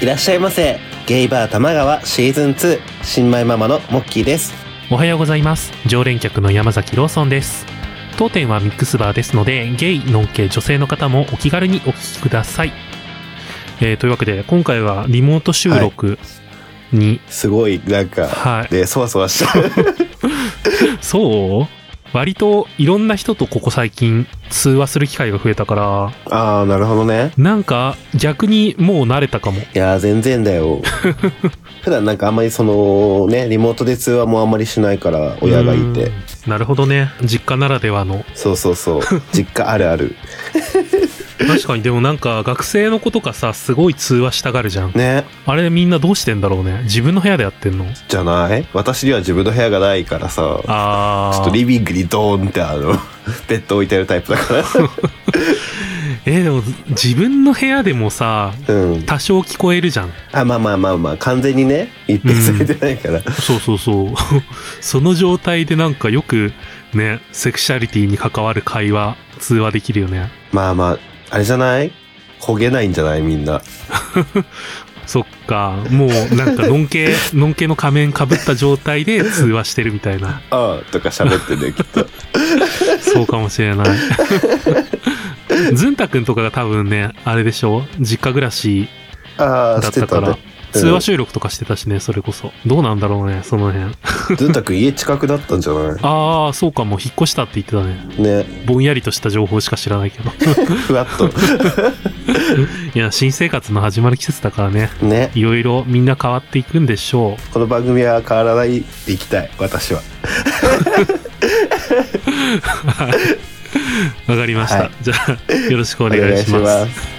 いらっしゃいませゲイバー玉川シーズン2新米ママのモッキーですおはようございます常連客の山崎ローソンです当店はミックスバーですのでゲイノン系女性の方もお気軽にお聞きください、えー、というわけで今回はリモート収録にすごいなんかはい、でそわそわしち ゃうそう割といろんな人とここ最近通話する機会が増えたからああなるほどねなんか逆にもう慣れたかもいやー全然だよ 普段なんかあんまりそのねリモートで通話もあんまりしないから親がいてうんなるほどね実家ならではのそうそうそう実家あるある確かにでもなんか学生の子とかさすごい通話したがるじゃんねあれみんなどうしてんだろうね自分の部屋でやってんのじゃない私には自分の部屋がないからさあちょっとーリビングにドーンってあ のベッド置いてあるタイプだからえでも自分の部屋でもさうん多少聞こえるじゃんあまあまあまあまあ完全にね一定されてないから、そうそうそう その状態でなんかよくねセクシャリティに関わる会話通話できるよねまあまああれじゃない焦げないんじゃないみんなそっかもうなんかの んけのんけの仮面かぶった状態で通話してるみたいなああとか喋ってねきっとそうかもしれないずんたくんとかが多分ねあれでしょ実家暮らし ああしだってたかたらね通話収録とかしてたしねそれこそどうなんだろうねその辺ずんたくん家近くだったんじゃないああそうかもう引っ越したって言ってたねねぼんやりとした情報しか知らないけど ふわっといや新生活の始まる季節だからねねいろいろみんな変わっていくんでしょこの番組は変わらないでいきたい私はうわかりました、はいじゃあ よろしくおお願いしま願すいします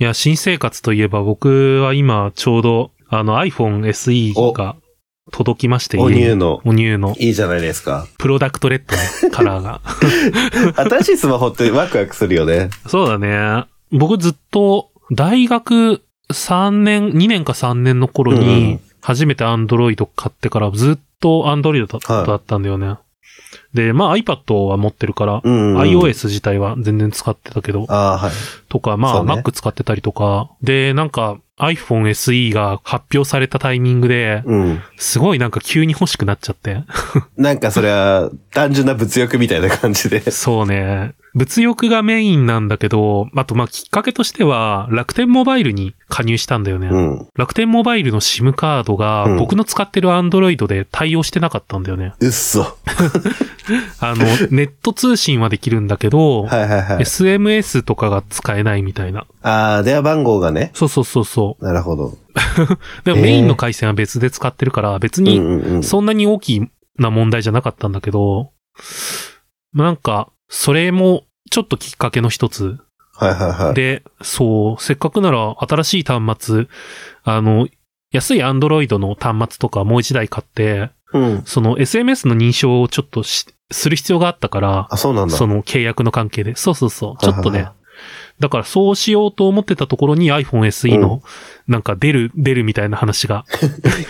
いや新生活といえば僕は今ちょうどあの iPhone SE が届きましておニューののおニューのいいじゃないですかプロダクトレッドのカラーが新しいスマホってワクワクするよねそうだね僕ずっと大学3年2年か3年の頃うんうにん初めて Android 買ってからずっと Android だった,、はいんだよねでまあ iPad は持ってるから、うん、 iOS 自体は全然使ってたけど、ああはいとか、まそあ、うね Mac 使ってたりとか、で、なんか iPhone SE が発表されたタイミングで、うんすごいなんか急に欲しくなっちゃって。なんかそれは単純な物欲みたいな感じでそうね。物欲がメインなんだけど、あとまあきっかけとしては、楽天モバイルに加入したんだよね。うん楽天モバイルの SIM カードがうん僕の使ってる Android で対応してなかったんだよね。うっそ あの、ネット通信はできるんだけど、はいはいはい SMS とかが使えないみたいな。ああ電話番号がねそうそうそうそう。なるほどでもえーメインの回線は別で使ってるから、別うんにうんうんそんなに大きな問題じゃなかったんだけど、まあなんか、それもちょっときっかけの一つ。はいはいはいで、そう、せっかくなら新しい端末、あの、安い Android の端末とかもう一台買って、うんその SMS の認証をちょっとしする必要があったから、あそうなんだその契約の関係で。そうそうそう。ちょっはといはいねは。だからそうしようと思ってたところに iPhone SE のなんか出る、出るみたいな話が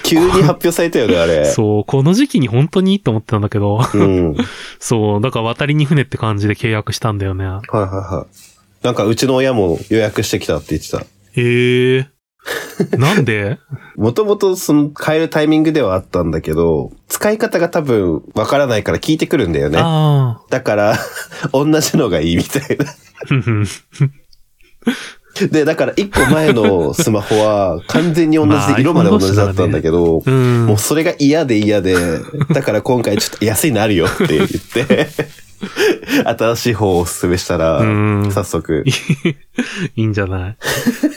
急に発表されたよねあれ そう、この時期に本当にいいと思ってたんだけど、 うんはいそう、だから渡りに船って感じで契約したんだよね。はいはいなんかうちの親も予約してきたって言ってたへ え。なんでもともとその変えるタイミングではあったんだけど使い方が多分わからないから聞いてくるんだよねああ。だから 同じのがいいみたいなふんふんでだから一個前のスマホは完全に同じでまあ色まで同じだったんだけど、うん。もうそれが嫌で嫌で、だから今回ちょっと安いのあるよって言 って、新しい方をおすすめしたら、うん早速。いいんじゃない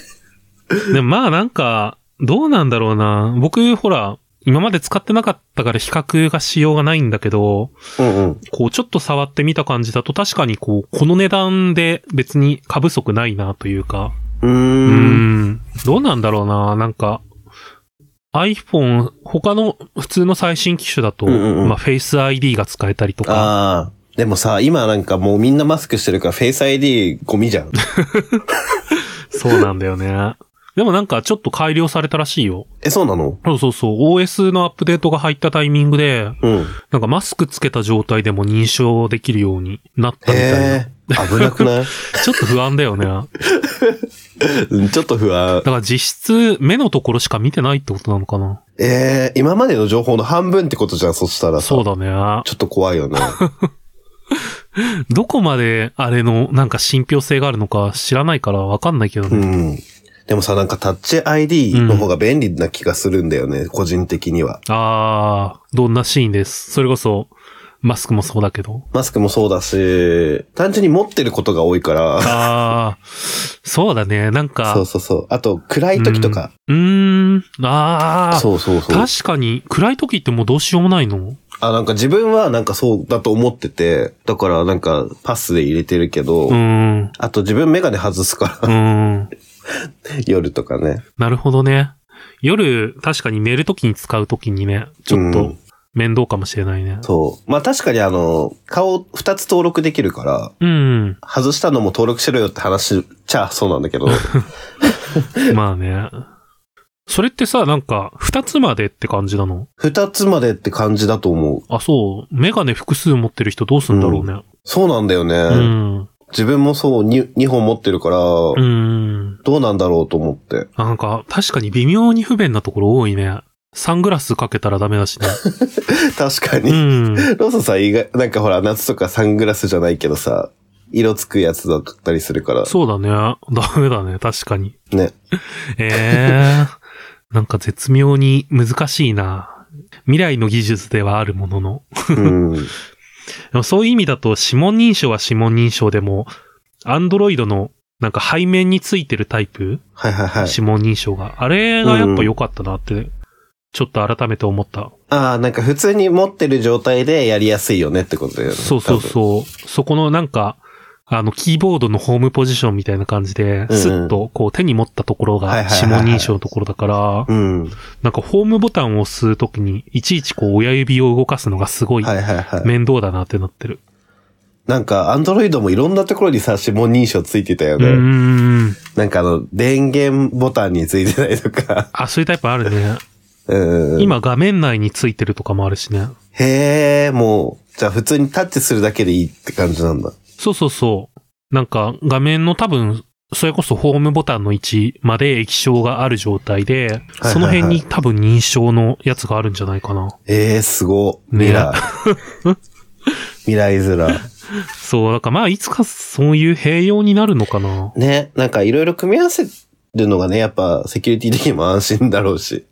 でもまあなんか、どうなんだろうな。僕、ほら、今まで使ってなかったから比較がしようがないんだけど、うんうん。こうちょっと触ってみた感じだと確かにこう、この値段で別に過不足ないなというか、ううーん。ん。どうなんだろうな。なんか、iPhone、他の普通の最新機種だと、うんうんうんまあ、Face ID が使えたりとか。ああ。でもさ、今なんかもうみんなマスクしてるから、フェイス ID ゴミじゃん。そうなんだよね。でもなんかちょっと改良されたらしいよ。 え、そうなのそうそうそう。OS のアップデートが入ったタイミングで、うん。なんかマスクつけた状態でも認証できるようになったみたいな。へえ。危なくないちょっと不安だよね。だ うんちょっと不安。から実質目のところしか見てないってことなのかな。ええ今までの情報の半分ってことじゃん、そしたらさ。そうだね。ちょっと怖い よね。どこまであれのなんか信憑性があるのか知らないからわかんないけどうね。ん。でもさ、なんかタッチ ID の方が便利な気がするんだよね、個人的には。あー、どんなシーンです。それこそ、マスクもそうだけど。マスクもそうだし、単純に持ってることが多いから。あー、そうだね。なんか、そうそうそう。あと、暗い時とか。うーん、あー、そうそうそう。確かに暗い時ってもうどうしようもないのあ、なんか自分はなんかそうだと思ってて、だからなんかパスで入れてるけど、うーん、うあと自分メガネ外すかーら、ん。夜とかね。なるほどね。夜、確かに寝るときに使うときにね、ちょっうとん面倒かもしれないね。そう。まあ確かにあの、顔2つ登録できるから、うん。外したのも登録しろよって話ちゃそうなんだ けど、まあね。それってさ、なんか、二つまでって感じなの2つまでって感じだと思う。あ、そう。メガネ複数持ってる人どうすんだろうね。そうなんだよね。うん。う自分もそう 2, 2本持ってるから、ーん。どうなんだろうと思 って。なんか、確かに微妙に不便なところ多いね。サングラスかけたらダメだ しね。確かうに。ん。ローソンさん意外、なんかほら、夏とかサングラスじゃないけどさ、色つくやつだったりするから。そうだね。ダメだね。確かに。 ね。ええなんか絶妙に難しいな。未来の技術ではあるものの。うん。でもそういう意味だと指紋認証は指紋認証でも、アンドロイドのなんか背面についてるタイプ、はいはいはい。指紋認証が。あれがやっぱ良かったなって、ちょっと改めて思った。ああ、なんか普通に持ってる状態でやりやすいよねってことだよね。そうそうう。そう。そこのなんか、あの、キーボードのホームポジションみたいな感じで、うんスッとこう手に持ったところはいがはいはい指はい紋認証のところだから、うん。はなんかホームボタンを押すときに、いちいちこう親指を動かすのがすごいいはいはい。面倒だなってなってる。なんか、アンドロイドもいろんなところにさ、指紋認証ついてたようね。ーん。なんかあの、電源ボタンについてたりとか。 あ、そういうタイプあるね。うん。。今画面内についてるとかもあるしね。へえ、もう、じゃあ普通にタッチするだけでいいって感じなんだ。そうそうそう。なんか画面の多分、それこそホームボタンの位置まで液晶がある状態で、はいその辺に多分認証のやつがあるんじゃないかな。ええすご。ね未来。未来面。そう、だからまあいつかそういう併用になるのかな。ね、なんかいろいろ組み合わせるのがね、やっぱセキュリティ的にも安心だろうし。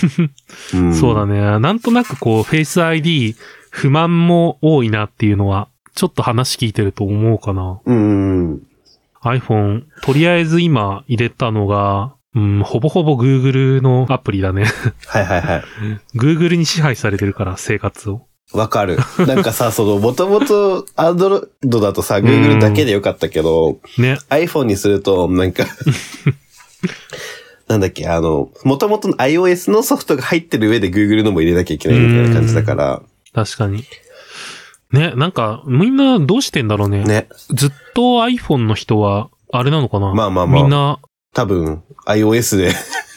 うんそうだね。なんとなくこう、フェイス ID 不満も多いなっていうのは、ちょっと話聞いてると思うかな。うん。 iPhone、とりあえず今入れたのが、うん、ほぼほぼ Google のアプリだね。 はいはいはい。 Google に支配されてるから、生活を。わかる。なんかさ、 その、もともと Android だとさ、う Google んだけでよかったけど、ね。 iPhone にすると、なん か、なんだっけ、あの、もともとの iOS のソフトが入ってる上で Google のも入れなきゃいけないみたいな感じだから、確かに。ね、なんか、みんなどうしてんだろうね。ね。ずっと iPhone の人は、あれなのかなまあまあまあみんな、多分、iOS で。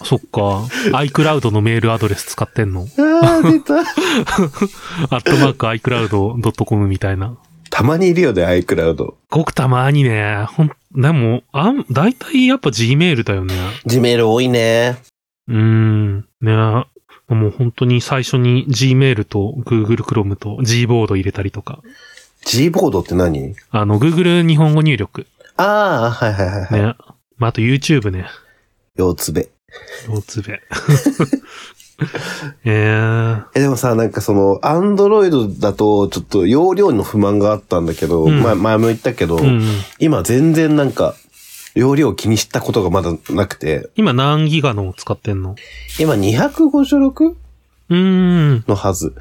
そっか、iCloud のメールアドレス使ってんの あー出た。アットマーク iCloud.com みたいな。たまにいるよね、iCloud。ごくたまにね、ほん、でも、あん、だいたいやっぱ Gmail だよね。 Gmail 多いね。うーん、ね。もう本当に最初に Gmail と Google Chrome と Gboard 入れたりとか。 G ボードって何あの、Google 日本語入力。ああ、はいはいはいはい。ね。まあ、あと YouTube ね。四つ目。大つべ。 えー、え、でもさ、なんかその、アンドロイドだと、ちょっと容量の不満があったんだけど、うんま、前も言ったけど、うん。今全然なんか、容量を気にしたことがまだなくて、今何ギガのを使ってんの今 256? うーん。のはず。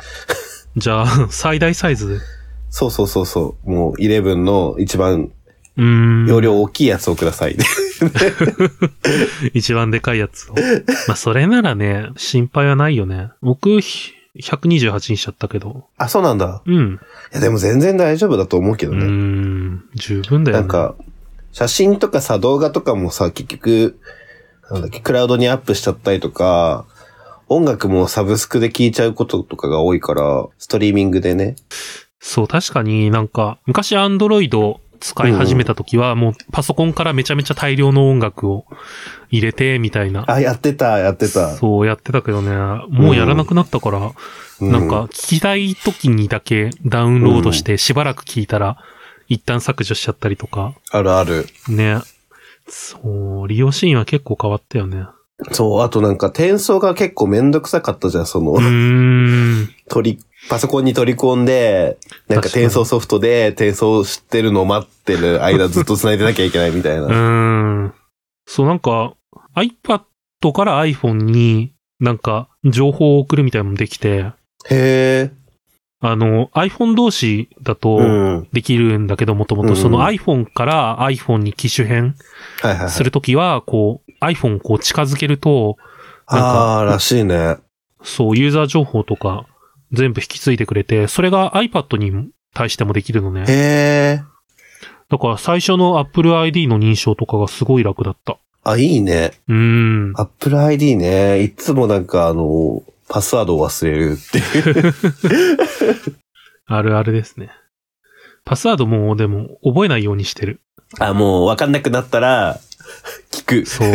じゃあ、最大サイズそうそうそうそう。もう11の一番うーん。容量大きいやつをください。 一番でかいやつを。まあ、それならね、心配はないよね。僕、ひ128にしちゃったけど。あ、そうなんだ。うん。いや、でも全然大丈夫だと思うけどうーね。ん。十分だよなね。んか、写真とかさ、動画とかもさ、結局、なんだっけ、クラウドにアップしちゃったりとか、音楽もサブスクで聴いちゃうこととかが多いから、ストリーミングでね。そう、確かになんか、昔アンドロイド使い始めた時は、もうパソコンからめちゃめちゃ大量の音楽を入れて、みたいな。あ、やってた、やってた。そうやってたけどね、もうやらなくなったから、うなんか、聞きたい時にだけダウンロードして、しばらく聞いたら、一旦削除しちゃったりとか、あるある。ね。そう、利用シーンは結構変わったよね。そう、あとなんか転送が結構めんどくさかったじゃん、そのう、ーん。取り、パソコンに取り込んで、なんか確かに転送ソフトで転送してるのを待ってる間ずっと繋いでなきゃいけないみたいうな。ーん。そう、なんか、iPad から iPhone に、なんか、情報を送るみたいなのもできて、へえ。あの、iPhone 同士だうと、ん。はいできるんだけど、もともうと、んその iPhone から iPhone に機種変はいはい。するときは、こう、iPhone をこう近づけると、なんかああ、らしいね。そう、ユーザー情報とか、全部引き継いでくれて、それが iPad に対してもできるのね。へえ。だから最初の Apple ID の認証とかがすごい楽だった。あ、いいね。うーん。 Apple ID ね。いつもなんかあの、パスワードを忘れるっていう。あるあるですね。パスワードも、でも、覚えないようにしてる。あ、もうわかんなくなったら、聞く。 そう。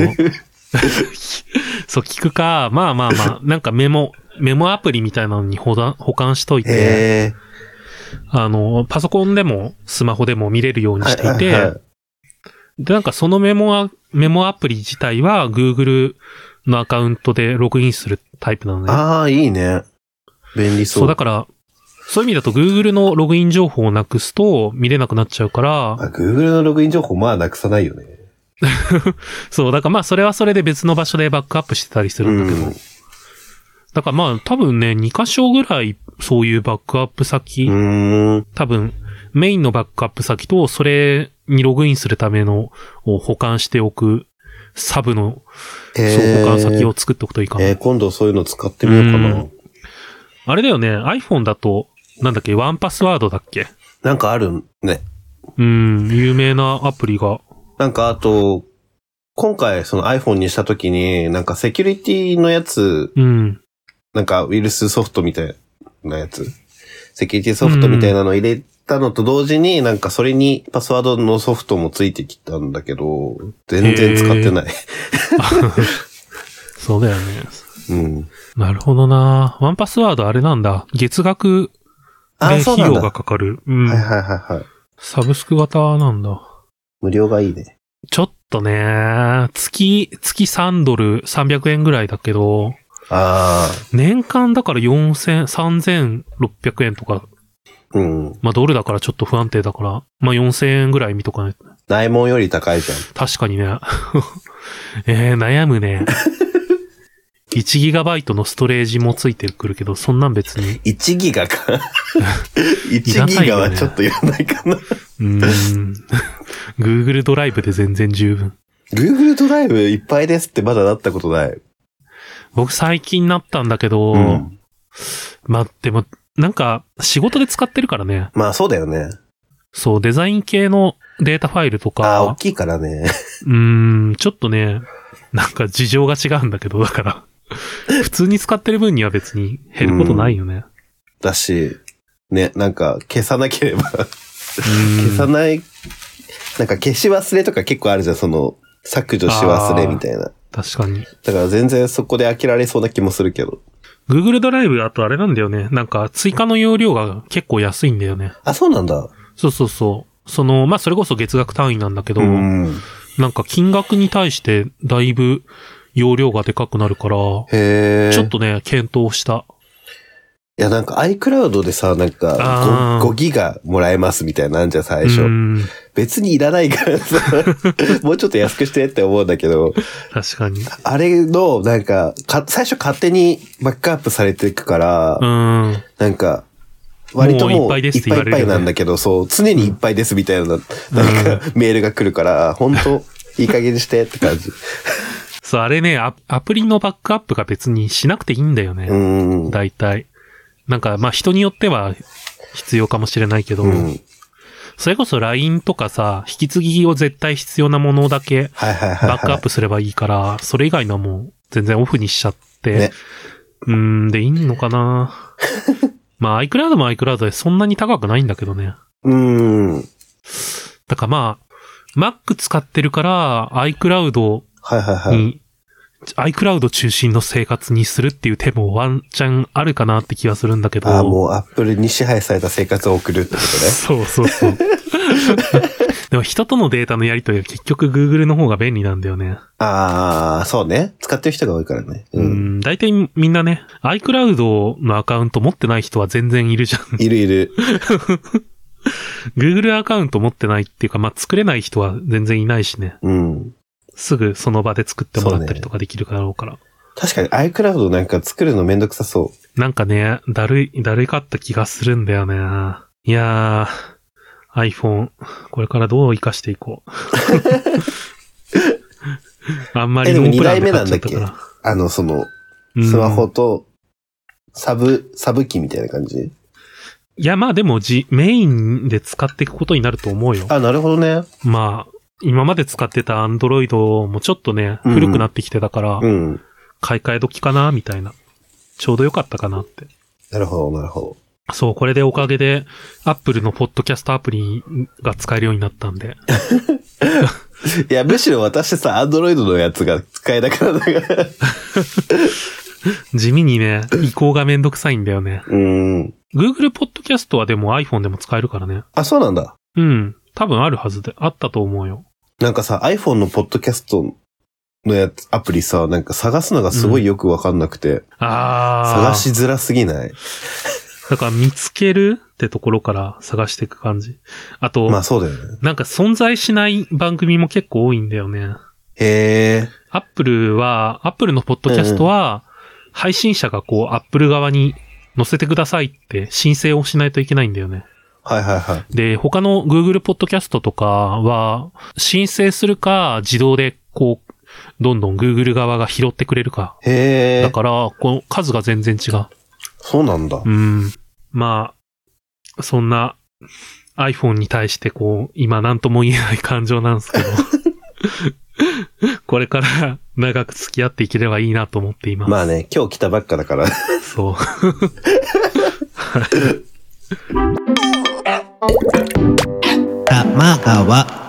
そう、聞くか、まあまあまあ、なんかメモ、メモアプリみたいなのに保管保管しといて、へえ。あの、パソコンでも、スマホでも見れるようにしていて、はいはいはいで、なんかそのメモア、メモアプリ自体は Google のアカウントでログインするタイプなのね。ああ、いいね。便利そ、そうう。だから、そういう意味だと Google のログイン情報をなくすと見れなくなっちゃうから、あ、Google のログイン情報、まあなくさないよね。そう、だからまあそれはそれで別の場所でバックアップしてたりするんだけど、うんだからまあ多分ね、2箇所ぐらいそういうバックアップ先、うーん。多分メインのバックアップ先とそれにログインするためのを保管しておくサブのそう保管先を作っておくといいかな。えー今度そういうの使ってみようかな。うんあれだよね、iPhone だと、なんだっけ、ワンパスワードだっけなんかあるね。うん、有名なアプリが。なんかあと、今回その iPhone にした時に、なんかセキュリティのやつ、うん。なんかウイルスソフトみたいなやつ、セキュリティソフトみたいなの入れたのと同時に、なんかそれにパスワードのソフトもついてきたんだけど、全然使ってない。 そうだよね。うん。なるほどなワンパスワードあれなんだ。月額あでー、そう費なん用だ。がはかかる。ういはいはん。いはい。サブスク型なんだ。無料がいいね。ちょっとね、月、月3ドル300円ぐらいだけど、あ年間だから4000、3600円とか、あ、うん。まあドルだからちょっと不安定だから、まあ4000円ぐらい見とかないとね。内門より高いじゃん。確かにね。 えー、悩む ね。1GB のストレージもついてくるけど、そんなん別に。 1ギガか。 いら1ないよねギガはちょっといらないかな。うーん。Google ドライブで全然十分。 Google ドライブいっぱいですってまだなったことない。僕最近なったんだけど、うんまあ、でも、なんか、仕事で使ってるからね。まあそうだよね。そう、デザイン系のデータファイルとああー、大か、きいからね。うーん、ちょっとね、なんか事情が違うんだけど、だから、普通に使ってる分には別に減ることないよね。だし、ね、なんか消さなければ、うん消さない、なんか消し忘れとか結構あるじゃん、その、削除し忘れみたいな。確かに。だから全然そこで飽きられそうな気もするけど。 Google ドライブ、あとあれなんだよね。なんか、追加の容量が結構安いんだよね。あ、そうなんだ。そうそうそう。その、まあ、それこそ月額単位なんだけど、うん。なんか金額に対してだいぶ容量がでかくなるから、へえ。ちょっとね、検討した。いや、なんか iCloud でさ、なんあかー 5, ギガもらえますみたいなのあんじゃん、最初。うん別にいらないから さ、もうちょっと安くしてって思うんだけど、確かに。あれの、なんかか、最初勝手にバックアップされていくから、うん。なんか、割とももういっぱういいでっすって言ぱいわいっれるよぱねいなんだけど、そう、常にいっぱいですみたいな、なんかメールが来るから、本当いい加減にしてって 感じ。そう、あれね、アアプリのバックアップが別にしなくていいんだようね。ん。うん。大体。なんか、まあ、人によっては必要かもしれないけど、それこそ LINE とかさ、引き継ぎを絶対必要なものだけはいはいはい、はい。バックアップすればいいから、それ以外のはもう全然オフにしちゃって。ねうーん、でいいの かなまあ iCloud も iCloud でそんなに高くないんだけどね。うーん。だからまあ、Mac 使ってるから iCloud はいはいはい。に、iCloud 中心の生活にするっていう手もワンチャンあるかなって気はするんだけど。ああ、もうアップルに支配された生活を送るってことね。そうそう そう。でも人とのデータのやり取りは結局 Google の方が便利なんだよね。ああ、そうね。使ってる人が多いからね。ううん。ん。大体みんなね、iCloud のアカウント持ってない人は全然いるじゃ ん。いるいる。 Google アカウント持ってないっていうか、まあ、作れない人は全然いないしね。うん。すぐその場で作ってもらったりとかできるだろうから。確かに iCloud なんか作るのめんどくさそなんかね、だるい、だるかった気がするんだよね。いやー、iPhone、これからどう活かして いこう。あんまりえでもノープランで買っちゃったか二代目なんう。ら。あの、その、うんスマホと、サブ、サブ機みたいな感じ。いや、まあでもじ、メインで使っていくことになると思うよ。あ、なるほどね。まあ、今まで使ってた Android もちょっとね、うん古くなってきてたから、うん。買い替え時かな、みたいな。ちょうど良かったかなって。なるほど、なるほど。そう、これでおかげで、Apple のポッドキャストアプリが使えるようになったんで。いや、むしろ私さ、アンドロイドのやつが使えなくなったから。地味にね、移行がめんどくさいんだよね。うん。 Google ポッドキャストはでも iPhone でも使えるからね。あ、そうなんだ。うん。多分あるはずで、あったと思うよ。なんかさ、iPhone のポッドキャストのやつ、アプリさ、なんか探すのがすごいよくわかんなくて、あ探ー。しづらすぎないだから見つけるってところから探していく感じ。あと、まあそうだよね。なんか存在しない番組も結構多いんだよね。へえ。アップルは、アップルのポッドキャストは、配信者がこう、アップル側に載せてくださいって申請をしないといけないんだよね。はいはいはい。で、他の Google ポッドキャストとかは、申請するか、自動でこう、どんどん Google 側が拾ってくれるか。へだえ。から、この数が全然違う。そうなんだう。ん。まあ、そんな iPhone に対してこう、今何とも言えない感情なんですけど、これから長く付き合っていければいいなと思っています。まあね、今日来たばっかだから。そう。玉川